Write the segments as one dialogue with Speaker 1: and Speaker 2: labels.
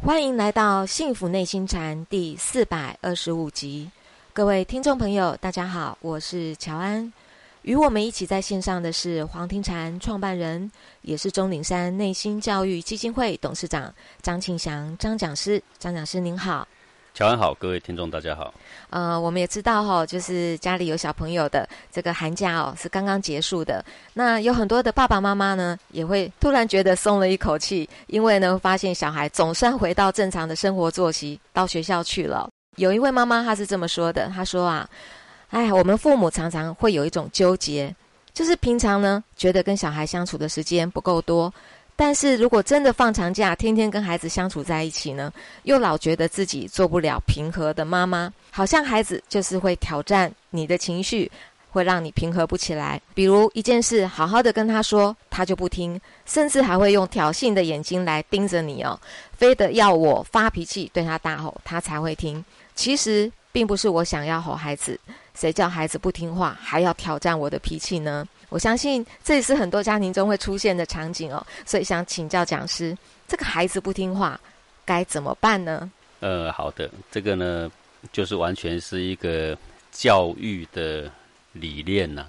Speaker 1: 欢迎来到《幸福内心禅》第四百二十五集，各位听众朋友，大家好，我是乔安。与我们一起在线上的是黄庭禅创办人，也是钟岭山内心教育基金会董事长张庆祥张讲师。张讲师您好，
Speaker 2: 乔安好，各位听众大家好。
Speaker 1: 呃，我们也知道哈、就是家里有小朋友的这个寒假哦，是刚刚结束的。那有很多的爸爸妈妈呢，也会突然觉得松了一口气，因为呢，发现小孩总算回到正常的生活作息，到学校去了。有一位妈妈她是这么说的，她说啊，哎，我们父母常常会有一种纠结，就是平常呢觉得跟小孩相处的时间不够多。但是如果真的放长假，天天跟孩子相处在一起呢，又老觉得自己做不了平和的妈妈，好像孩子就是会挑战你的情绪，会让你平和不起来。比如一件事，好好的跟他说，他就不听，甚至还会用挑衅的眼睛来盯着你哦，非得要我发脾气对他大吼，他才会听。其实并不是我想要吼孩子，谁叫孩子不听话还要挑战我的脾气呢？我相信这也是很多家庭中会出现的场景哦，所以想请教讲师，这个孩子不听话该怎么办呢？
Speaker 2: 呃，好的，这个呢，就是完全是一个教育的理念呐、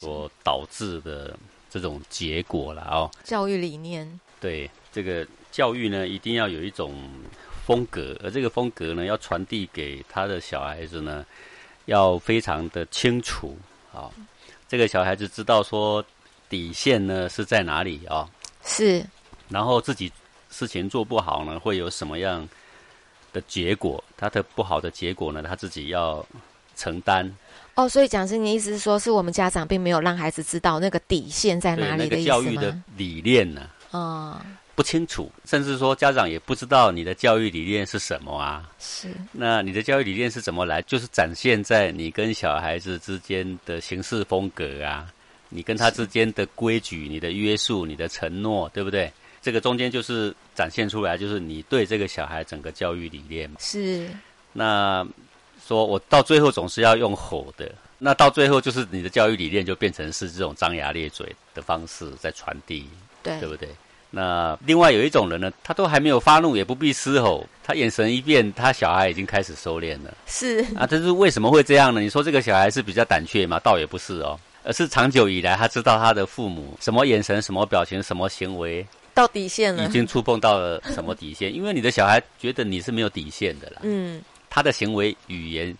Speaker 2: 所导致的这种结果了哦。
Speaker 1: 教育理念，
Speaker 2: 对，这个教育呢，一定要有一种风格，而这个风格呢，要传递给他的小孩子呢，要非常的清楚啊、哦这个小孩子知道说底线呢是在哪里啊、哦
Speaker 1: 是
Speaker 2: 然后自己事情做不好呢，会有什么样的结果？他的不好的结果呢，他自己要承担。
Speaker 1: 哦，所以讲师，你的意思是说，是我们家长并没有让孩子知道那个底线在
Speaker 2: 对
Speaker 1: 哪
Speaker 2: 那
Speaker 1: 里的
Speaker 2: 个
Speaker 1: 意
Speaker 2: 教
Speaker 1: 思
Speaker 2: 育的
Speaker 1: 吗？
Speaker 2: 理念呢、
Speaker 1: 哦，
Speaker 2: 不清楚，甚至说家长也不知道你的教育理念是什么啊？
Speaker 1: 是
Speaker 2: 那你的教育理念是怎么来？就是展现在你跟小孩子之间的行事风格啊，你跟他之间的规矩、你的约束、你的承诺，对不对？这个中间就是展现出来，就是你对这个小孩整个教育理念嘛。
Speaker 1: 是，
Speaker 2: 那说我到最后总是要用吼的，那到最后就是你的教育理念就变成是这种张牙咧嘴的方式在传递，
Speaker 1: 对
Speaker 2: 对不对？那另外有一种人呢，他都还没有发怒，也不必嘶吼，他眼神一变，他小孩已经开始收敛了
Speaker 1: 是
Speaker 2: 啊。但是为什么会这样呢？你说这个小孩是比较胆怯吗？倒也不是哦，而是长久以来他知道他的父母什么眼神、什么表情、什么行为
Speaker 1: 到底线
Speaker 2: 已
Speaker 1: 了。
Speaker 2: 经触碰到了什么底线，因为你的小孩觉得你是没有底线的啦。
Speaker 1: 嗯，
Speaker 2: 他的行为、语言、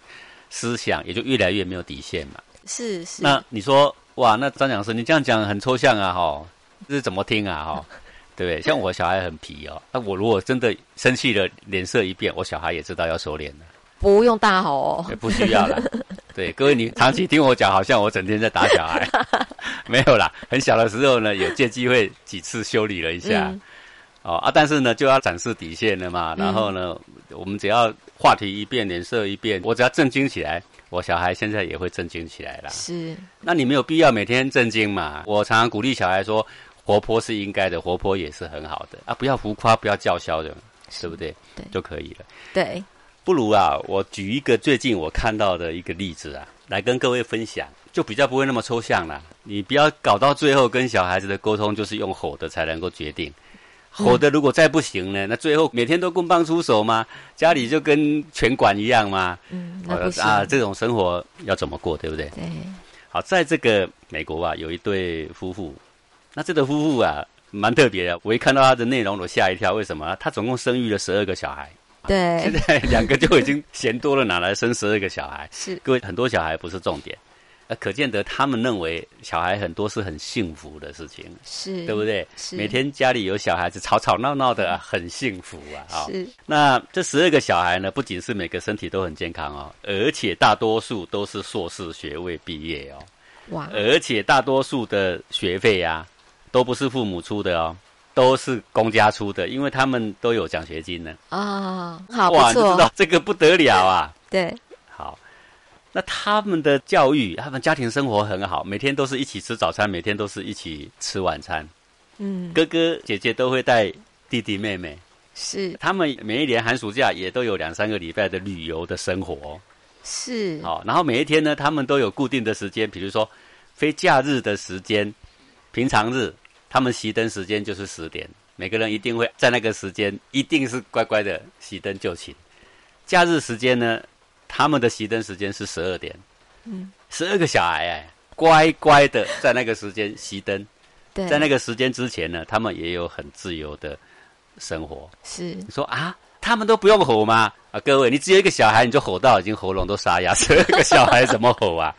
Speaker 2: 思想也就越来越没有底线嘛。
Speaker 1: 是是，
Speaker 2: 那你说，哇，那张讲师，你这样讲很抽象啊，哈，这是怎么听啊，哈，对不对？像我小孩很皮哦，那我如果真的生气了，脸色一变，我小孩也知道要收敛了，
Speaker 1: 不用大吼哦。
Speaker 2: 也不需要 了。对，各位，你长期听我讲，好像我整天在打小孩， 没有啦。很小的时候呢，有借机会几次修理了一下，
Speaker 1: 嗯，
Speaker 2: 哦啊，但是呢，就要展示底线了嘛。然后呢，我们只要话题一变，脸色一变，我只要震惊起来，我小孩现在也会震惊起来啦。
Speaker 1: 是
Speaker 2: 那你没有必要每天震惊嘛。我常常鼓励小孩说，活泼是应该的，活泼也是很好的啊，不要浮夸，不要叫嚣的，对不对？
Speaker 1: 对
Speaker 2: 就可以了。
Speaker 1: 对，
Speaker 2: 不如啊，我举一个最近我看到的一个例子啊，来跟各位分享，就比较不会那么抽象啦。你不要搞到最后跟小孩子的沟通就是用吼的才能够决定，吼的如果再不行呢，那最后每天都棍棒出手吗？家里就跟拳馆一样吗？
Speaker 1: 嗯，那不行。
Speaker 2: 啊，这种生活要怎么过，对不对？
Speaker 1: 对，
Speaker 2: 好，在这个美国啊，有一对夫妇，那这对夫妇啊，蛮特别的。我一看到他的内容，我吓一跳，为什么啊？他总共生育了十二个小孩。现
Speaker 1: 对，
Speaker 2: 在两个就已经嫌多了，哪来生十二个小孩？
Speaker 1: 是
Speaker 2: 各位，很多小孩不是重点，呃，可见得他们认为小孩很多是很幸福的事情，
Speaker 1: 是，
Speaker 2: 对不？对？
Speaker 1: 是
Speaker 2: 每天家里有小孩子吵吵闹闹的，啊很幸福啊！啊、
Speaker 1: 是
Speaker 2: 那这十二个小孩呢，不仅是每个身体都很健康哦，而且大多数都是硕士学位毕业哦，
Speaker 1: 哇，
Speaker 2: 而且大多数的学费啊，都不是父母出的哦，都是公家出的，因为他们都有奖学金呢。
Speaker 1: 啊，好不
Speaker 2: 哇，你就知
Speaker 1: 错，
Speaker 2: 道这个不得了啊！
Speaker 1: 对，
Speaker 2: 好，那他们的教育，他们家庭生活很好，每天都是一起吃早餐，每天都是一起吃晚餐，
Speaker 1: 嗯，
Speaker 2: 哥哥姐姐都会带弟弟妹妹，
Speaker 1: 是
Speaker 2: 他们每一年寒暑假也都有两三个礼拜的旅游的生活，
Speaker 1: 是，
Speaker 2: 好，然后每一天呢，他们都有固定的时间，比如说非假日的时间，平常日他们熄灯时间就是十点，每个人一定会在那个时间，一定是乖乖的熄灯就寝。假日时间呢，他们的熄灯时间是十二点，
Speaker 1: 嗯，
Speaker 2: 十二个小孩哎，乖乖的在那个时间熄灯，
Speaker 1: 对，
Speaker 2: 在那个时间之前呢，他们也有很自由的生活。
Speaker 1: 是
Speaker 2: 你说啊，他们都不用吼吗？啊，各位，你只有一个小孩，你就吼到已经喉咙都沙哑，十二个小孩怎么吼 啊？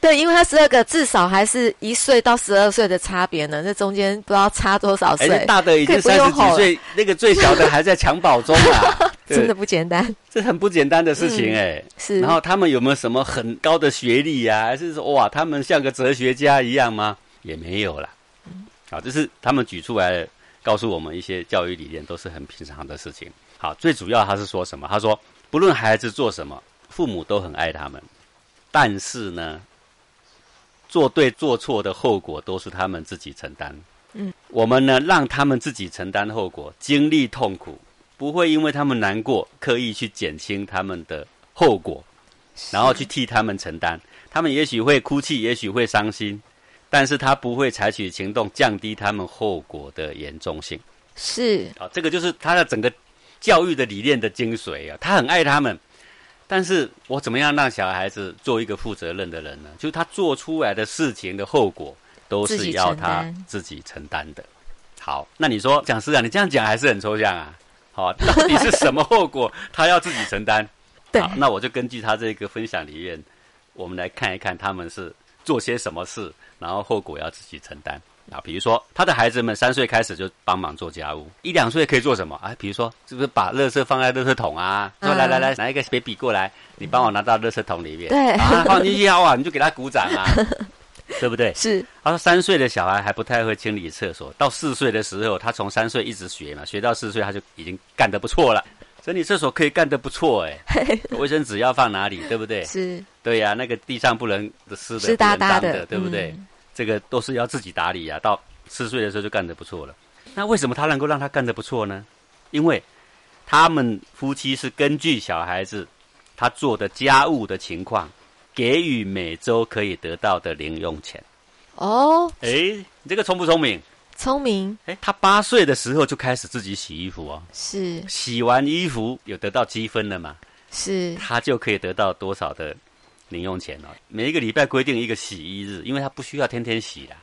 Speaker 1: 对，因为他十二个至少还是一岁到十二岁的差别呢，这中间不知道差多少
Speaker 2: 哎、
Speaker 1: 岁，
Speaker 2: 大的已
Speaker 1: 可哦以
Speaker 2: 经
Speaker 1: 不
Speaker 2: 三十
Speaker 1: 用吼
Speaker 2: 几
Speaker 1: 了，
Speaker 2: 岁，那个最小的还在襁褓中啊
Speaker 1: 真
Speaker 2: 对
Speaker 1: 的不简单。
Speaker 2: 这很不简单的事情
Speaker 1: 嗯
Speaker 2: 哎、
Speaker 1: 是，
Speaker 2: 然后他们有没有什么很高的学历呀、还是说哇，他们像个哲学家一样吗？也没有啦。
Speaker 1: 嗯
Speaker 2: 好，这是他们举出来的，告诉我们一些教育理念，都是很平常的事情。好，最主要他是说什么？他说，不论孩子做什么，父母都很爱他们，但是呢，做对做错的后果都是他们自己承担。
Speaker 1: 嗯，
Speaker 2: 我们呢，让他们自己承担后果，经历痛苦，不会因为他们难过，刻意去减轻他们的后果。然后去替他们承担。他们也许会哭泣，也许会伤心，但是他不会采取行动降低他们后果的严重性。
Speaker 1: 是
Speaker 2: 啊，这个就是他的整个教育的理念的精髓啊。他很爱他们，但是我怎么样让小孩子做一个负责任的人呢？就是他做出来的事情的后果都
Speaker 1: 自
Speaker 2: 是
Speaker 1: 己
Speaker 2: 要
Speaker 1: 承
Speaker 2: 他
Speaker 1: 担
Speaker 2: 自己承担的。好，那你说讲师啊，你这样讲还是很抽象啊。好，到底是什么后果他要自己承担？
Speaker 1: 对
Speaker 2: 好，那我就根据他这个分享里面，我们来看一看他们是做些什么事，然后后果要自己承担。啊，比如说他的孩子们三岁开始就帮忙做家务，一两岁可以做什么啊？比如说，是不是把垃圾放在垃圾桶啊？说
Speaker 1: 嗯
Speaker 2: 来来来，拿一个 baby 过来，你帮我拿到垃圾桶里面，
Speaker 1: 对
Speaker 2: 啊，放进去啊，哇，你就给他鼓掌 啊，对不对？
Speaker 1: 是，
Speaker 2: 他说三岁的小孩还不太会清理厕所，到四岁的时候，他从三岁一直学嘛，学到四岁他就已经干得不错了。整理厕所可以干得不错哎、 卫生纸要放哪里，对不对？
Speaker 1: 是
Speaker 2: 对呀、那个地上不能湿的、
Speaker 1: 湿哒哒
Speaker 2: 不能脏
Speaker 1: 的
Speaker 2: 对不对？
Speaker 1: 嗯
Speaker 2: 这个都是要自己打理呀、到四岁的时候就干得不错了。那为什么他能够让他干得不错呢？因为他们夫妻是根据小孩子他做的家务的情况，给予每周可以得到的零用钱。
Speaker 1: 哦，
Speaker 2: 诶，哎你这个聪不聪明？
Speaker 1: 聪明
Speaker 2: 诶，他八岁的时候就开始自己洗衣服哦，
Speaker 1: 是
Speaker 2: 洗完衣服有得到积分了嘛，
Speaker 1: 是
Speaker 2: 他就可以得到多少的零用钱哦。每一个礼拜规定一个洗衣日，因为他不需要天天洗啦，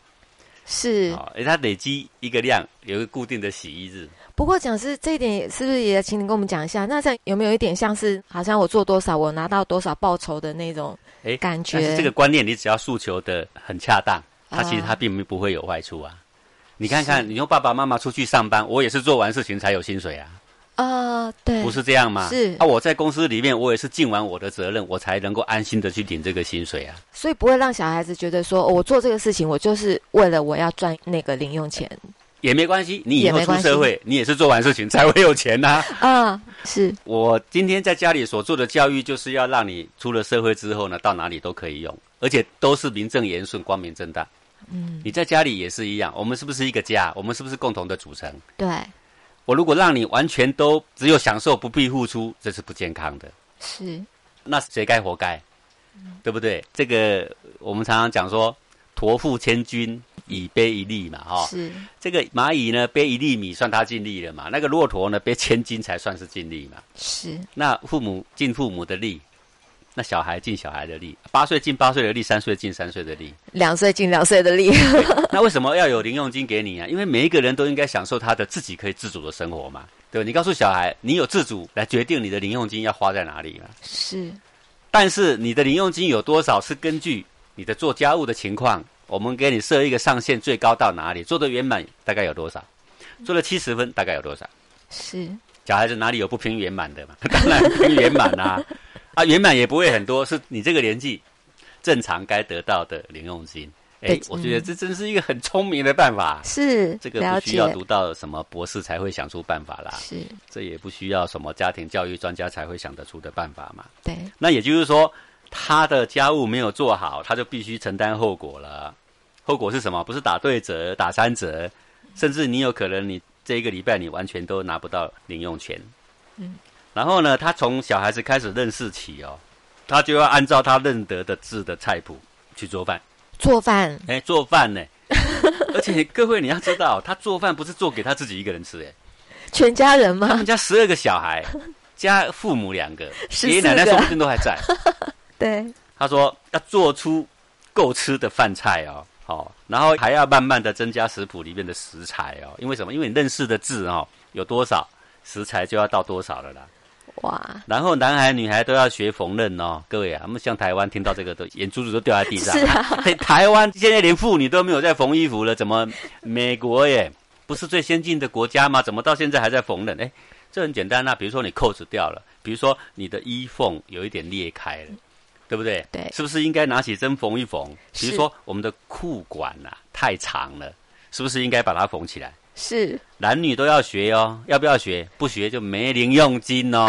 Speaker 1: 是。
Speaker 2: 哦，诶，他累积一个量，有一个固定的洗衣日。
Speaker 1: 不过讲是这一点，是不是也请你跟我们讲一下？那这样有没有一点像是好像我做多少，我拿到多少报酬的那种
Speaker 2: 诶，
Speaker 1: 感
Speaker 2: 哎但
Speaker 1: 觉？
Speaker 2: 是这个观念你只要诉求的很恰当，他其实
Speaker 1: 啊
Speaker 2: 他并不会有坏处啊。你看看，
Speaker 1: 是
Speaker 2: 你用爸爸妈妈出去上班，我也是做完事情才有薪水啊。
Speaker 1: 呃，对，
Speaker 2: 不是这样吗？
Speaker 1: 是
Speaker 2: 啊，我在公司里面，我也是尽完我的责任，我才能够安心的去领这个薪水啊。
Speaker 1: 所以不会让小孩子觉得说、哦我做这个事情，我就是为了我要赚那个零用钱。
Speaker 2: 也没关系，你以
Speaker 1: 也
Speaker 2: 后
Speaker 1: 没
Speaker 2: 出
Speaker 1: 关系
Speaker 2: 社会，你也是做完事情才会有钱呐、
Speaker 1: 啊、是
Speaker 2: 我今天在家里所做的教育，就是要让你出了社会之后呢，到哪里都可以用，而且都是名正言顺、光明正大。
Speaker 1: 嗯，
Speaker 2: 你在家里也是一样，我们是不是一个家？我们是不是共同的组成？
Speaker 1: 对，
Speaker 2: 我如果让你完全都只有享受，不必付出，这是不健康的。
Speaker 1: 是
Speaker 2: 那谁该活该？对不对？这个我们常常讲说，驼负千钧，以背一粒嘛，哈、
Speaker 1: 是
Speaker 2: 这个蚂蚁呢，背一粒米算它尽力了嘛，那个骆驼呢，背千斤才算是尽力嘛。
Speaker 1: 是
Speaker 2: 那父母尽父母的力，那小孩尽小孩的力，八岁尽八岁的力，三岁尽三岁的力。
Speaker 1: 两岁尽两岁的力。
Speaker 2: 那为什么要有零用金给你啊？因为每一个人都应该享受他的自己可以自主的生活嘛，对吧？你告诉小孩，你有自主来决定你的零用金要花在哪里嘛。
Speaker 1: 是
Speaker 2: 但是你的零用金有多少是根据你的做家务的情况，我们给你设一个上限，最高到哪里？做的圆满大概有多少？做了七十分大概有多少？
Speaker 1: 是
Speaker 2: 小孩子哪里有不拼圆满的嘛？ 当然拼圆满啦、啊，圆满也不会很多，是你这个年纪正常该得到的零用金。哎
Speaker 1: 对，嗯
Speaker 2: 我觉得这真是一个很聪明的办法。
Speaker 1: 是，
Speaker 2: 这个
Speaker 1: 了
Speaker 2: 不需要
Speaker 1: 解
Speaker 2: 读啊到什么博士才会想出办法啦，
Speaker 1: 是
Speaker 2: 这也不需要什么家庭教育专家才会想得出的办法嘛。
Speaker 1: 对
Speaker 2: 那也就是说，他的家务没有做好，他就必须承担后果了。后果是什么？不是打对折、打三折，甚至你有可能你这一个礼拜你完全都拿不到零用钱。
Speaker 1: 嗯。
Speaker 2: 然后呢，他从小孩子开始认识起哦，他就要按照他认得的字的菜谱去做饭。
Speaker 1: 做饭
Speaker 2: 哎，做饭呢，而且各位你要知道，他做饭不是做给他自己一个人吃、哎，
Speaker 1: 全家人
Speaker 2: 他
Speaker 1: 吗
Speaker 2: 们？家十二个小 孩，加父母两个，
Speaker 1: 14
Speaker 2: 爷爷奶奶
Speaker 1: 个
Speaker 2: 说不定都还在。
Speaker 1: 对，
Speaker 2: 他说要做出够吃的饭菜哦，好、然后还要慢慢的增加食谱里面的食材哦，因为什么？因为你认识的字哦有多少，食材就要到多少了啦。
Speaker 1: 哇，
Speaker 2: 然后男孩女孩都要学缝纫哦，各位啊，他们像台湾听到这个都眼珠子都掉在地上。
Speaker 1: 是啊，
Speaker 2: 嘿台湾现在连妇女都没有在缝衣服了，怎么美国耶不是最先进的国家吗？怎么到现在还在缝纫？哎，这很简单啊，比如说你扣子掉了，比如说你的衣缝有一点裂开了，对不对？
Speaker 1: 对
Speaker 2: 是不是应该拿起针缝一缝？比
Speaker 1: 是
Speaker 2: 如说我们的裤管啊太长了，是不是应该把它缝起来？
Speaker 1: 是
Speaker 2: 男女都要学哦，要不要学？不学就没零用金哦，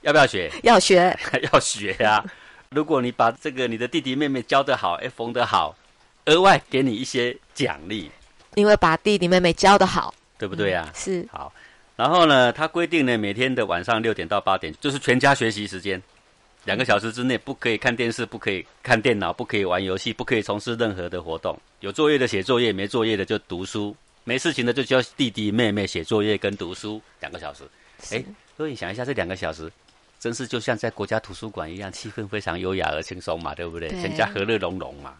Speaker 2: 要不要学？
Speaker 1: 要学，
Speaker 2: 要学啊。如果你把这个你的弟弟妹妹教得好，哎，缝得好，额外给你一些奖励，
Speaker 1: 因为把弟弟妹妹教得好，嗯
Speaker 2: 对不对啊？
Speaker 1: 是
Speaker 2: 好，然后呢，他规定呢，每天的晚上六点到八点就是全家学习时间，两个小时之内不可以看电视，不可以看电脑，不可以玩游戏，不可以从事任何的活动。有作业的写作业，没作业的就读书，没事情的就教弟弟妹妹写作业跟读书两个小时。
Speaker 1: 是
Speaker 2: 哎，所以你想一下，这两个小时。真是就像在国家图书馆一样，气氛非常优雅而轻松嘛，对不对？
Speaker 1: 对
Speaker 2: 全家和乐融融嘛。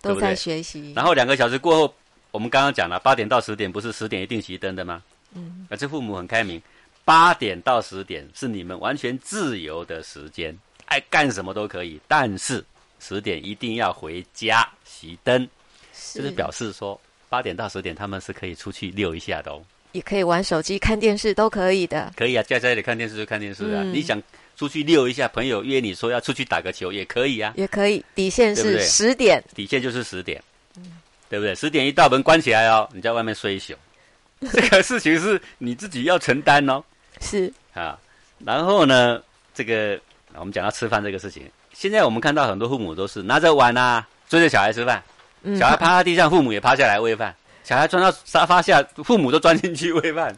Speaker 2: 对
Speaker 1: 都
Speaker 2: 不
Speaker 1: 在
Speaker 2: 对
Speaker 1: 学习，
Speaker 2: 然后两个小时过后，我们刚刚讲了，八点到十点不是十点一定熄灯的吗？
Speaker 1: 嗯，
Speaker 2: 而这父母很开明，八点到十点是你们完全自由的时间，爱干什么都可以，但是十点一定要回家熄灯，
Speaker 1: 是
Speaker 2: 就是表示说八点到十点他们是可以出去溜一下的哦，
Speaker 1: 也可以玩手机、看电视都可以的，
Speaker 2: 可以啊，在家里看电视就看电视啊，
Speaker 1: 嗯
Speaker 2: 你想出去溜一下，朋友约你说要出去打个球也可以啊，
Speaker 1: 也可以。底线
Speaker 2: 对不
Speaker 1: 是
Speaker 2: 对
Speaker 1: 十点，
Speaker 2: 底线就是十点，对不对？十点一到门关起来哦，你在外面睡一宿， 这个事情是你自己要承担哦
Speaker 1: 是
Speaker 2: 啊。然后呢，这个啊我们讲到吃饭这个事情，现在我们看到很多父母都是拿着碗啊追着小孩吃饭，
Speaker 1: 嗯
Speaker 2: 小孩趴在地上，父母也趴下来喂饭，小孩钻到沙发下，父母都钻进去喂饭，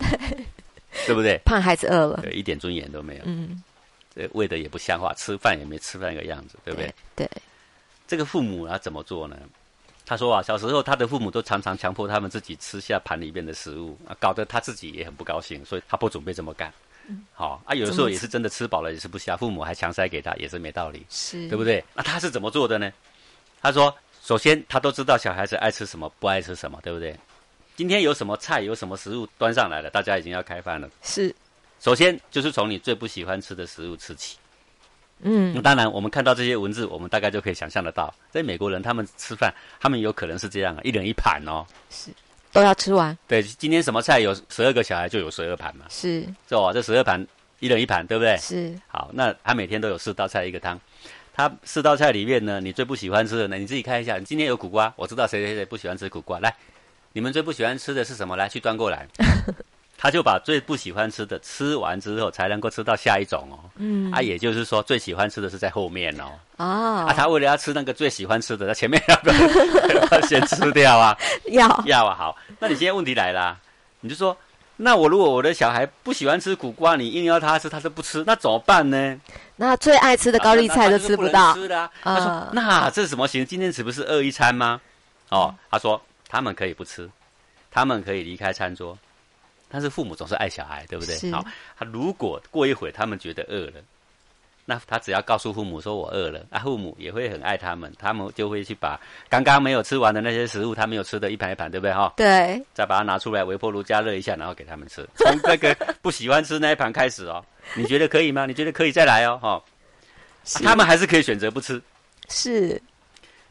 Speaker 2: 对不对？
Speaker 1: 怕孩子饿了，
Speaker 2: 对，一点尊严都没有，
Speaker 1: 嗯，
Speaker 2: 这喂的也不像话，吃饭也没吃饭那个样子，对不对？
Speaker 1: 对，
Speaker 2: 这个父母啊怎么做呢？他说啊，小时候他的父母都常常强迫他们自己吃下盘里面的食物，啊、搞得他自己也很不高兴，所以他不准备这么干。好、啊，有的时候也是真的吃饱了也吃不下，父母还强塞给他也是没道理，
Speaker 1: 是，
Speaker 2: 对不对？那他是怎么做的呢？他说，首先他都知道小孩子爱吃什么，不爱吃什么，对不对？今天有什么菜，有什么食物端上来了，大家已经要开饭了。
Speaker 1: 是，
Speaker 2: 首先就是从你最不喜欢吃的食物吃起。那
Speaker 1: 嗯，
Speaker 2: 当然，我们看到这些文字，我们大概就可以想象得到，在美国人他们吃饭，他们有可能是这样啊，一人一盘哦。
Speaker 1: 都要吃完，
Speaker 2: 对，今天什么菜有十二个小孩就有十二盘嘛，
Speaker 1: 是
Speaker 2: 是吧？这十二盘一人一盘，对不对？
Speaker 1: 是，
Speaker 2: 好，那他每天都有四道菜一个汤，他四道菜里面呢，你最不喜欢吃的呢，你自己看一下。今天有苦瓜，我知道谁谁谁不喜欢吃苦瓜，来，你们最不喜欢吃的是什么？来，去端过来。他就把最不喜欢吃的吃完之后，才能够吃到下一种哦。
Speaker 1: 嗯
Speaker 2: 啊，也就是说，最喜欢吃的是在后面哦。啊，
Speaker 1: 啊，
Speaker 2: 他为了要吃那个最喜欢吃的，他前面要不要要 先吃掉啊？
Speaker 1: 要
Speaker 2: 要啊，好。那你现在问题来啦，你就说，那我如果我的小孩不喜欢吃苦瓜，你硬要他吃，他都不吃，那怎么办呢？
Speaker 1: 那最爱
Speaker 2: 啊
Speaker 1: 吃的高丽菜都吃
Speaker 2: 不
Speaker 1: 到，
Speaker 2: 吃的啊。
Speaker 1: 啊
Speaker 2: 他说，那这是什么行？今天岂不是饿一餐吗？
Speaker 1: 嗯
Speaker 2: 哦，他说他们可以不吃，他们可以离开餐桌，但是父母总是爱小孩，对不对？
Speaker 1: 是
Speaker 2: 好，他如果过一会儿他们觉得饿了。那他只要告诉父母说我饿了，啊，父母也会很爱他们，他们就会去把刚刚没有吃完的那些食物，他没有吃的一盘一盘，对不对哈、
Speaker 1: 对，
Speaker 2: 再把它拿出来微波炉加热一下，然后给他们吃。从那个不喜欢吃那一盘开始哦， 你觉得可以吗？你觉得可以再来哦，哈、哦。
Speaker 1: 是
Speaker 2: 他们还是可以选择不吃，
Speaker 1: 是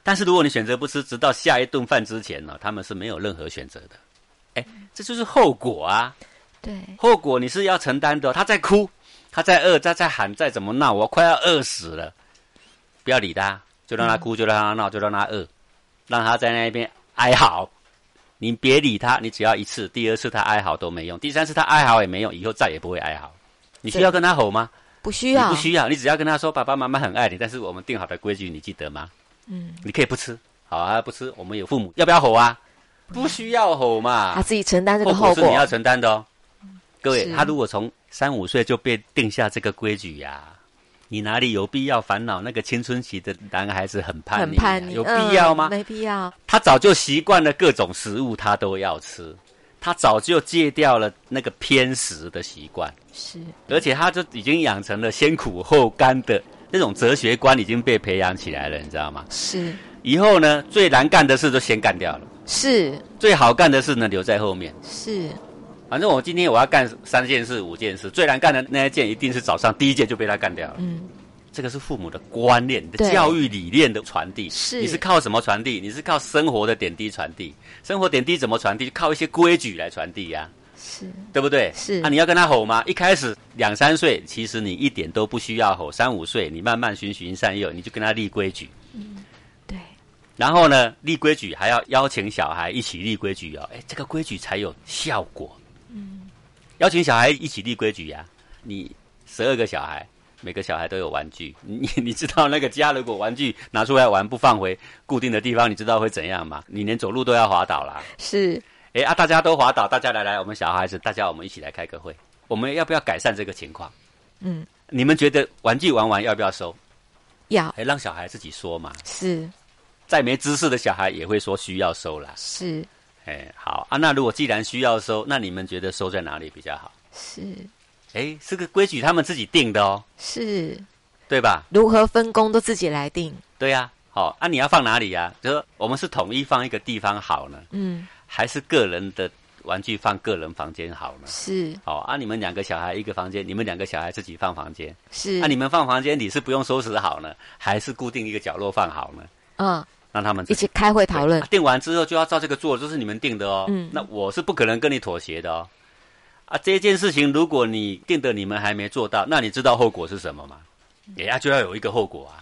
Speaker 2: 但是如果你选择不吃，直到下一顿饭之前呢、他们是没有任何选择的。哎，这就是后果啊！
Speaker 1: 对，
Speaker 2: 后果你是要承担的哦、他在哭，他在饿，他在喊，再怎么闹，我快要饿死了。不要理他，就让他哭，就让他闹，就让他饿，让他在那边哀嚎。你别理他，你只要一次，第二次他哀嚎都没用，第三次他哀嚎也没用，以后再也不会哀嚎。你需要跟他吼吗？
Speaker 1: 不需要，
Speaker 2: 你不需要，你只要跟他说爸爸妈妈很爱你，但是我们定好的规矩你记得吗？
Speaker 1: 嗯，
Speaker 2: 你可以不吃，好啊，不吃，我们有父母，要不要吼啊？不需要吼
Speaker 1: 他
Speaker 2: 嘛，
Speaker 1: 啊自己承担这个
Speaker 2: 后
Speaker 1: 后
Speaker 2: 果是你
Speaker 1: 果
Speaker 2: 要，承担的哦。各位，
Speaker 1: 是
Speaker 2: 他如果从三五岁就被定下这个规矩呀、你哪里有必要烦恼？那个青春期的男孩子很叛逆啊、
Speaker 1: 很叛逆，
Speaker 2: 有必要吗
Speaker 1: 嗯？没必要。
Speaker 2: 他早就习惯了各种食物，他都要吃，他早就戒掉了那个偏食的习惯，
Speaker 1: 是，
Speaker 2: 而且他就已经养成了先苦后甘的那种哲学观，已经被培养起来了，你知道吗？
Speaker 1: 是，
Speaker 2: 以后呢，最难干的事都先干掉了，
Speaker 1: 是，
Speaker 2: 最好干的事呢留在后面。
Speaker 1: 是，
Speaker 2: 反正我今天我要干三件事、五件事，最难干的那一件一定是早上第一件就被他干掉了。
Speaker 1: 嗯，
Speaker 2: 这个是父母的观念、你的
Speaker 1: 对
Speaker 2: 教育理念的传递。
Speaker 1: 是
Speaker 2: 你是靠什么传递？你是靠生活的点滴传递。生活点滴怎么传递？靠一些规矩来传递呀、
Speaker 1: 是，
Speaker 2: 对不对？
Speaker 1: 是
Speaker 2: 啊，你要跟他吼吗？一开始两三岁，其实你一点都不需要吼。三五岁，你慢慢循循善诱，你就跟他立规矩。
Speaker 1: 对，
Speaker 2: 然后呢，立规矩还要邀请小孩一起立规矩哦，哎，这个规矩才有效果。嗯，邀请小孩一起立规矩呀、你十二个小孩，每个小孩都有玩具，你 你知道那个家如果玩具拿出来玩不放回固定的地方，你知道会怎样吗？你连走路都要滑倒啦。
Speaker 1: 是，
Speaker 2: 哎啊，大家都滑倒，大家来来，我们小孩子，大家我们一起来开个会，我们要不要改善这个情况？
Speaker 1: 嗯，
Speaker 2: 你们觉得玩具玩完要不要收？
Speaker 1: 要，
Speaker 2: 哎，让小孩自己说嘛。
Speaker 1: 是，
Speaker 2: 再没知识的小孩也会说需要收啦。
Speaker 1: 是，
Speaker 2: 哎，好啊。那如果既然需要收，那你们觉得收在哪里比较好？
Speaker 1: 是，
Speaker 2: 哎，这个规矩他们自己定的哦，
Speaker 1: 是，
Speaker 2: 对吧？
Speaker 1: 如何分工都自己来定。
Speaker 2: 对呀、好、啊，你要放哪里呀、就说我们是统一放一个地方好呢，
Speaker 1: 嗯，
Speaker 2: 还是个人的玩具放个人房间好呢？
Speaker 1: 是，
Speaker 2: 好、啊，你们两个小孩一个房间，你们两个小孩自己放房间。
Speaker 1: 是，
Speaker 2: 那、啊你们放房间里是不用收拾好呢，还是固定一个角落放好呢？
Speaker 1: 嗯，
Speaker 2: 让他们自
Speaker 1: 一
Speaker 2: 己
Speaker 1: 起开会讨论
Speaker 2: 啊。定完之后就要照这个做，这是你们定的哦。
Speaker 1: 嗯
Speaker 2: 那我是不可能跟你妥协的哦。啊，这件事情如果你定的你们还没做到，那你知道后果是什么吗？
Speaker 1: 嗯
Speaker 2: 也要就要有一个后果啊。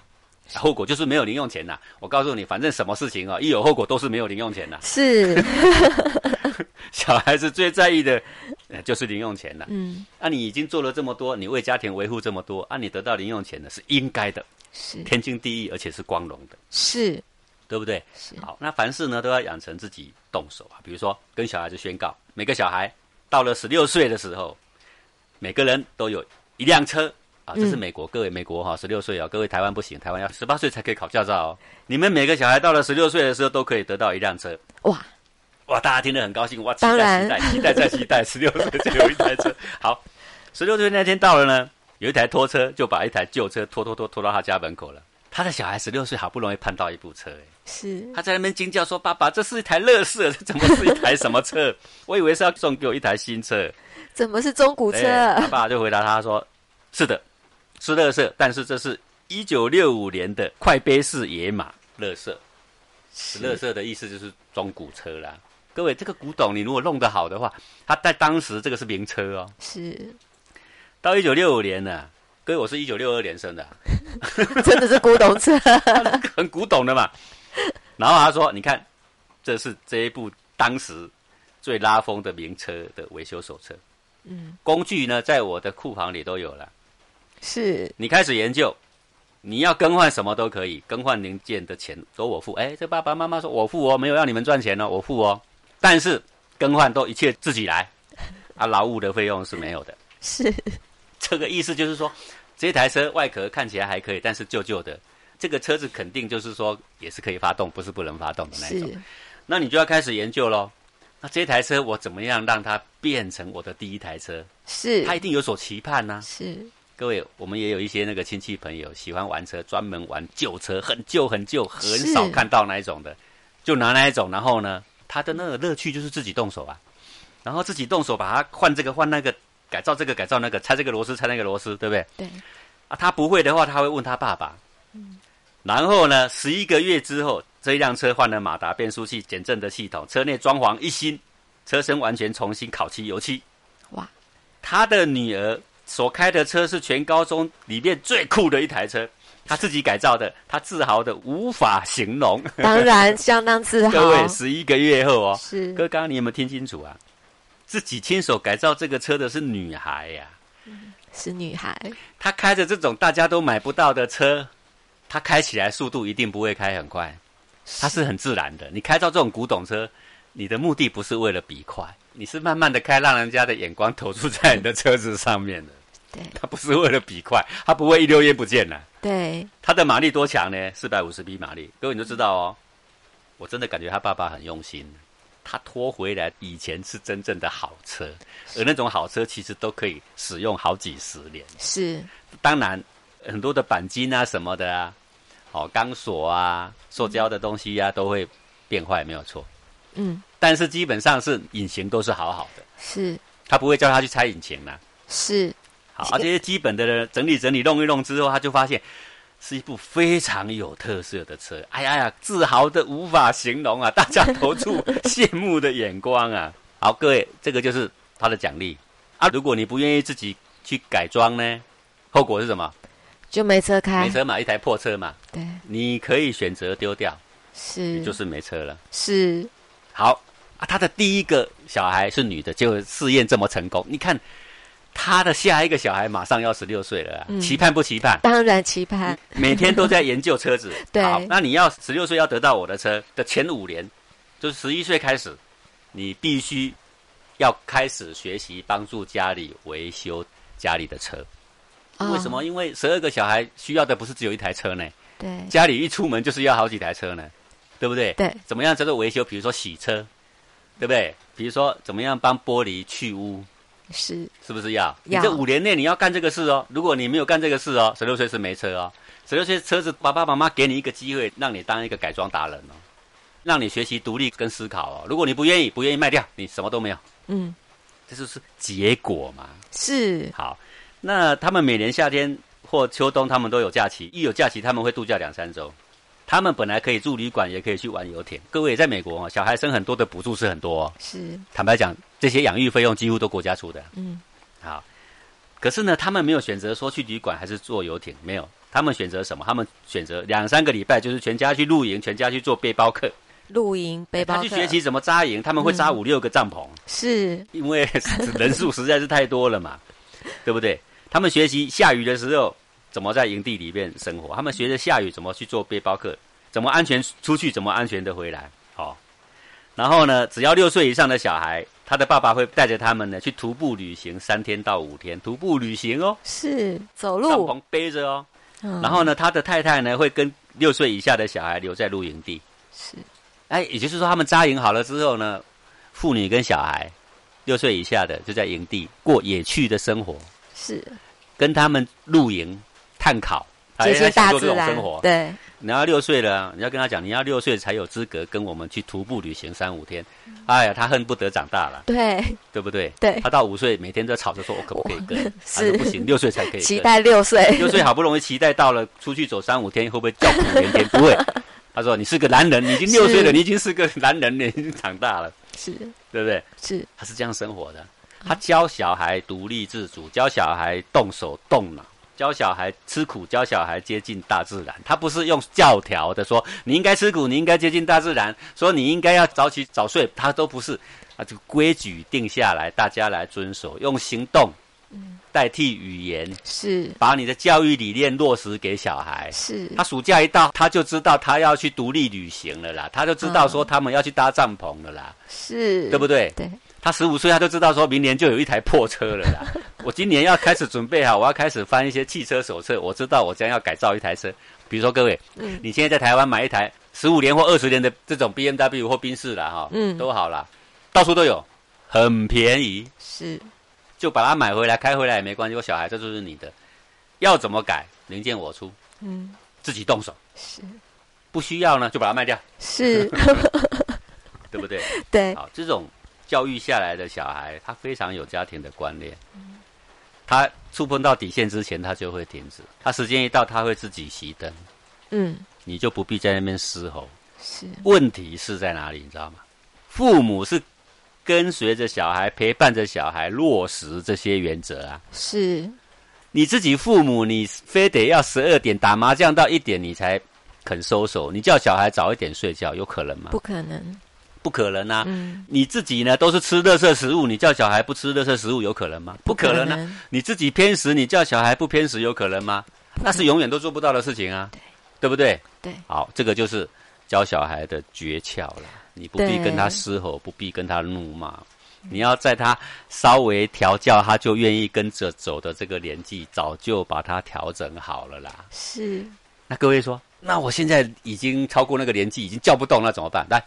Speaker 2: 啊后果就是没有零用钱呐、我告诉你，反正什么事情哦，一有后果都是没有零用钱呐、
Speaker 1: 是，
Speaker 2: 小孩子最在意的，呃就是零用钱呐、
Speaker 1: 嗯，
Speaker 2: 啊，你已经做了这么多，你为家庭维护这么多，啊，你得到零用钱呢是应该的，
Speaker 1: 是，
Speaker 2: 天经地义，而且是光荣的，
Speaker 1: 是，
Speaker 2: 对不对？
Speaker 1: 是，
Speaker 2: 好，那凡事呢都要养成自己动手啊。比如说，跟小孩子宣告，每个小孩到了十六岁的时候，每个人都有一辆车啊。这是
Speaker 1: 嗯
Speaker 2: 美国，各位美国哈、十六岁哦，各位台湾不行，台湾要十八岁才可以考驾照哦。你们每个小孩到了十六岁的时候，都可以得到一辆车。
Speaker 1: 哇，
Speaker 2: 哇，大家听得很高兴，哇，期
Speaker 1: 当
Speaker 2: 待
Speaker 1: 然
Speaker 2: 期待期待再期待，十六岁就有一台车。好，十六岁那天到了呢，有一台拖车就把一台旧车拖拖拖拖到他家门口了。他的小孩十六岁，好不容易盼到一部车、哎
Speaker 1: 是，
Speaker 2: 他在那边惊叫说：“爸爸，这是一台乐色，这怎么是一台什么车？ 我以为是要送给我一台新车。
Speaker 1: 怎么是中古车？
Speaker 2: 哎他爸就回答他说：“是的，是乐色，但是这是一九六五年的快杯式野马乐色。乐色的意思就是中古车啦。各位，这个古董你如果弄得好的话，它在当时这个是名车哦。
Speaker 1: 是，
Speaker 2: 到一九六五年呢、啊各位，我是一九六二年生的啊、
Speaker 1: 真的是古董车，
Speaker 2: 很古董的嘛。 然后他说：“你看，这是这一部当时最拉风的名车的维修手册，
Speaker 1: 嗯，
Speaker 2: 工具呢，在我的库房里都有了。
Speaker 1: 是，
Speaker 2: 你开始研究，你要更换什么都可以，更换零件的钱都我付。哎，这爸爸妈妈说我付哦，没有让你们赚钱哦，我付哦。但是更换都一切自己来，啊，劳务的费用是没有的。
Speaker 1: 是，
Speaker 2: 这个意思就是说，这台车外壳看起来还可以，但是旧旧的。”这个车子肯定就是说也是可以发动，不是不能发动的那一种。
Speaker 1: 是，
Speaker 2: 那你就要开始研究喽。那这台车我怎么样让它变成我的第一台车？他
Speaker 1: 是，
Speaker 2: 一定有所期盼呐、
Speaker 1: 是，
Speaker 2: 各位，我们也有一些那个亲戚朋友喜欢玩车，专门玩旧车，很旧很旧，很
Speaker 1: 是
Speaker 2: 少看到那一种的，就拿那一种。然后呢，他的那个乐趣就是自己动手啊，然后自己动手把它换这个换那个，改造这个改造那个，拆这个螺丝拆那个螺丝，对不对？
Speaker 1: 对，
Speaker 2: 啊，他不会的话，他会问他爸爸。然后呢，十一个月之后，这一辆车换了马达、变速器、减震的系统，车内装潢一新，车身完全重新烤漆油漆。
Speaker 1: 哇，
Speaker 2: 他的女儿所开的车是全高中里面最酷的一台车，他自己改造的，他自豪的无法形容。
Speaker 1: 当然相当自豪
Speaker 2: 各，位，十一个月后哦，
Speaker 1: 是，
Speaker 2: 哥，刚刚你有没有听清楚啊？自己亲手改造这个车的是女孩啊呀、
Speaker 1: 是女孩，
Speaker 2: 他开着这种大家都买不到的车，他开起来速度一定不会开很快，它是很自然的。你开到这种古董车，你的目的不是为了比快，你是慢慢的开，让人家的眼光投注在你的车子上面的。
Speaker 1: 对
Speaker 2: 他不是为了比快，他不会一溜烟不见了。
Speaker 1: 对，
Speaker 2: 他的马力多强呢？四百五十匹马力，各位你都知道哦。我真的感觉他爸爸很用心，他拖回来以前是真正的好车，而那种好车其实都可以使用好几十年。
Speaker 1: 是
Speaker 2: 当然，很多的钣金啊什么的啊，哦钢索啊、塑胶的东西啊都会变坏，没有错。
Speaker 1: 嗯
Speaker 2: 但是基本上是引擎都是好好的，
Speaker 1: 是
Speaker 2: 他不会叫他去拆引擎啦、
Speaker 1: 是
Speaker 2: 好，啊，这些基本的整理整理弄一弄之后，他就发现是一部非常有特色的车。哎呀呀，自豪的无法形容啊！大 家投注羡慕的眼光啊！好，各位，这个就是他的奖励啊！如果你不愿意自己去改装呢，后果是什么？
Speaker 1: 就没车开
Speaker 2: 没，车嘛，一台破车嘛，
Speaker 1: 对
Speaker 2: 你可以选择丢掉，
Speaker 1: 是
Speaker 2: 你就是没车了。
Speaker 1: 是
Speaker 2: 好啊，他的第一个小孩是女的，就试验这么成功。你看，他的下一个小孩马上要十六岁了、啊，
Speaker 1: 嗯
Speaker 2: 期盼不期盼？
Speaker 1: 当然期盼。
Speaker 2: 每天都在研究车子
Speaker 1: 对
Speaker 2: 好，那你要十六岁要得到我的车的前五年，就是十一岁开始，你必须要开始学习帮助家里维修家里的车。
Speaker 1: 啊
Speaker 2: 嗯为什么？因为十二个小孩需要的不是只有一台车呢，
Speaker 1: 对
Speaker 2: 家里一出门就是要好几台车呢，对不对？
Speaker 1: 对
Speaker 2: 怎么样叫做维修？比如说洗车，对不对？比如说怎么样帮玻璃去污，
Speaker 1: 是
Speaker 2: 是不是要？
Speaker 1: 要
Speaker 2: 你这五年内你要干这个事哦。如果你没有干这个事哦，十六岁是没车哦。十六岁车子，爸爸妈妈给你一个机会，让你当一个改装达人哦，让你学习独立跟思考哦。如果你不愿意，不愿意卖掉，你什么都没有，
Speaker 1: 嗯
Speaker 2: 这就是结果嘛。
Speaker 1: 是
Speaker 2: 好，那他们每年夏天或秋冬，他们都有假期，一有假期他们会度假两三周。他们本来可以住旅馆，也可以去玩游艇。各位在美国哦，小孩生很多的补助是很多、哦，
Speaker 1: 是
Speaker 2: 坦白讲，这些养育费用几乎都国家出的。
Speaker 1: 嗯
Speaker 2: 好，可是呢，他们没有选择说去旅馆还是坐游艇，没有，他们选择什么？他们选择两三个礼拜，就是全家去露营，全家去做背包客，
Speaker 1: 露营背包
Speaker 2: 哎他
Speaker 1: 客
Speaker 2: 去学习怎么扎营，他们会扎
Speaker 1: 嗯
Speaker 2: 五六个帐篷，
Speaker 1: 是
Speaker 2: 因为 人数实在是太多了嘛， 对不对？他们学习下雨的时候怎么在营地里面生活，他们学着下雨怎么去做背包客，怎么安全出去，怎么安全的回来。好、然后呢，只要六岁以上的小孩，他的爸爸会带着他们呢去徒步旅行三天到五天，徒步旅行哦，
Speaker 1: 是走
Speaker 2: 帐
Speaker 1: 路，
Speaker 2: 篷背着哦。
Speaker 1: 嗯
Speaker 2: 然后呢，他的太太呢会跟六岁以下的小孩留在露营地。
Speaker 1: 是
Speaker 2: 哎，也就是说，他们扎营好了之后呢，妇女跟小孩六岁以下的就在营地过野趣的生活，
Speaker 1: 是
Speaker 2: 跟他们露营、碳烤，
Speaker 1: 接
Speaker 2: 哎
Speaker 1: 近
Speaker 2: 他享
Speaker 1: 大
Speaker 2: 受
Speaker 1: 自
Speaker 2: 这种
Speaker 1: 然
Speaker 2: 生活，。
Speaker 1: 对
Speaker 2: 你要六岁了，你要跟他讲，你要六岁才有资格跟我们去徒步旅行三五天。哎呀，他恨不得长大了，
Speaker 1: 对
Speaker 2: 对不对？
Speaker 1: 嗯对
Speaker 2: 他到五岁，每天都在吵着说，我可不可以跟？他
Speaker 1: 是
Speaker 2: 说不行，六岁才可以跟。
Speaker 1: 期待六 岁
Speaker 2: 六岁好不容易期待到了，出去走三五天会不会叫苦连天？不会。他说：“你是个男人，你已经六岁了，
Speaker 1: 是
Speaker 2: 你已经是个男人了，你已经长大了，
Speaker 1: 是
Speaker 2: 对不对
Speaker 1: 是？”
Speaker 2: 他是这样生活的。他教小孩独立自主，教小孩动手动脑，教小孩吃苦，教小孩接近大自然。他不是用教条的说你应该吃苦，你应该接近大自然，说你应该要早起早睡，他都不是。啊，这个规矩定下来，大家来遵守，用行动代替语言，
Speaker 1: 是
Speaker 2: 把你的教育理念落实给小孩。
Speaker 1: 是
Speaker 2: 哎他暑假一到，他就知道他要去独立旅行了啦，他就知道说他们要去搭帐篷了啦，
Speaker 1: 嗯是，
Speaker 2: 对不对？
Speaker 1: 对？
Speaker 2: 他十五岁，他就知道说明年就有一台破车了啦。 我今年要开始准备好，我要开始翻一些汽车手册，我知道我将要改造一台车。比如说各位，
Speaker 1: 嗯
Speaker 2: 你现在在台湾买一台十五年或二十年的这种 B M W 或宾士啦，哈，
Speaker 1: 嗯
Speaker 2: 都好啦，到处都有，很便宜。
Speaker 1: 是
Speaker 2: 就把它买回来，开回来也没关系。我小孩这就是你的，要怎么改零件我出，
Speaker 1: 嗯
Speaker 2: 自己动手。
Speaker 1: 是
Speaker 2: 不需要呢就把它卖 掉，
Speaker 1: 是，
Speaker 2: 对不对？
Speaker 1: 对
Speaker 2: 好，这种教育下来的小孩，他非常有家庭的观念。
Speaker 1: 嗯
Speaker 2: 他触碰到底线之前，他就会停止。他时间一到，他会自己熄灯，
Speaker 1: 嗯
Speaker 2: 你就不必在那边嘶吼。
Speaker 1: 是
Speaker 2: 问题是在哪里，你知道吗？父母是跟随着小孩，陪伴着小孩落实这些原则啊。
Speaker 1: 是
Speaker 2: 你自己父母，你非得要十二点打麻将到一点你才肯收手，你叫小孩早一点睡觉，有可能吗？
Speaker 1: 不可能，
Speaker 2: 不可能啊！
Speaker 1: 嗯，
Speaker 2: 你自己呢都是吃垃圾食物，你叫小孩不吃垃圾食物有可能吗？不可能啊！
Speaker 1: 能，
Speaker 2: 你自己偏食，你叫小孩不偏食有可能吗？那是永远都做不到的事情啊，对不对？
Speaker 1: 对
Speaker 2: 好，这个就是教小孩的诀窍了。你不必
Speaker 1: 对
Speaker 2: 跟他嘶吼，不必跟他怒骂，你要在他稍微调教，他就愿意跟着走的这个年纪，早就把他调整好了啦。
Speaker 1: 是
Speaker 2: 那各位说，那我现在已经超过那个年纪，已经叫不动了，怎么办？来，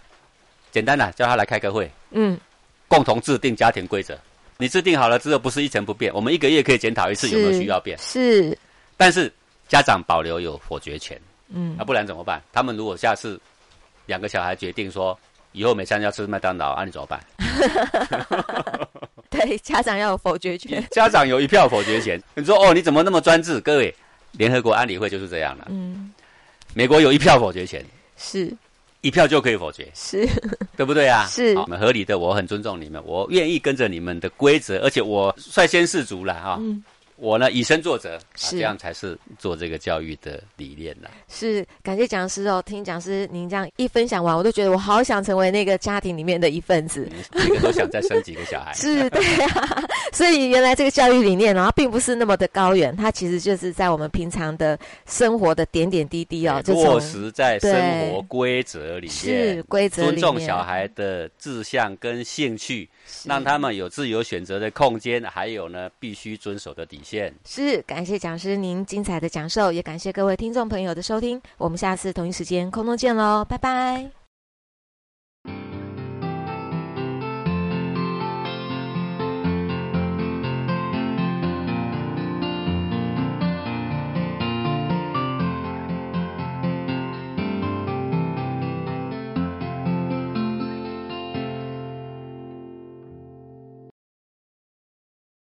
Speaker 2: 简单的叫他来开个会，
Speaker 1: 嗯，
Speaker 2: 共同制定家庭规则。你制定好了之后，不是一成不变，我们一个月可以检讨一次有没有
Speaker 1: 是
Speaker 2: 需要变，
Speaker 1: 是
Speaker 2: 但是家长保留有否决权，
Speaker 1: 嗯
Speaker 2: 啊，不然怎么办？他们如果下次两个小孩决定说以后每餐要吃麦当劳，啊，你怎么 办？
Speaker 1: 对家长要有否决 权，
Speaker 2: 家长有一票否决权。你说哦，你怎么那么专制？各位，联合国安理会就是这样了。
Speaker 1: 嗯
Speaker 2: 美国有一票否决权，
Speaker 1: 是
Speaker 2: 一票就可以否决，
Speaker 1: 是
Speaker 2: 对不对啊？
Speaker 1: 是
Speaker 2: 好合理的，我很尊重你们，我愿意跟着你们的规则，而且我率先士卒了哈。
Speaker 1: 嗯
Speaker 2: 我呢以身作则，啊、
Speaker 1: 是
Speaker 2: 这样才是做这个教育的理念啦。
Speaker 1: 是，感谢讲师哦，听讲师您这样一分享完，我都觉得我好想成为那个家庭里面的一份子。，
Speaker 2: 每个都想再生几个小孩
Speaker 1: 是，对啊， 所以原来这个教育理念，然后并不是那么的高远，它其实就是在我们平常的生活的点点滴滴哦，就
Speaker 2: 哎落
Speaker 1: 从
Speaker 2: 实在生
Speaker 1: 对
Speaker 2: 活规则里
Speaker 1: 是
Speaker 2: 面，
Speaker 1: 规则
Speaker 2: 尊
Speaker 1: 里
Speaker 2: 重
Speaker 1: 面
Speaker 2: 小，孩的志向跟兴趣，
Speaker 1: 是
Speaker 2: 让他们有自由选择的空间，还有呢，必须遵守的底线。
Speaker 1: 是感谢讲师您精彩的讲授，也感谢各位听众朋友的收听，我们下次同一时间空中见喽，拜拜。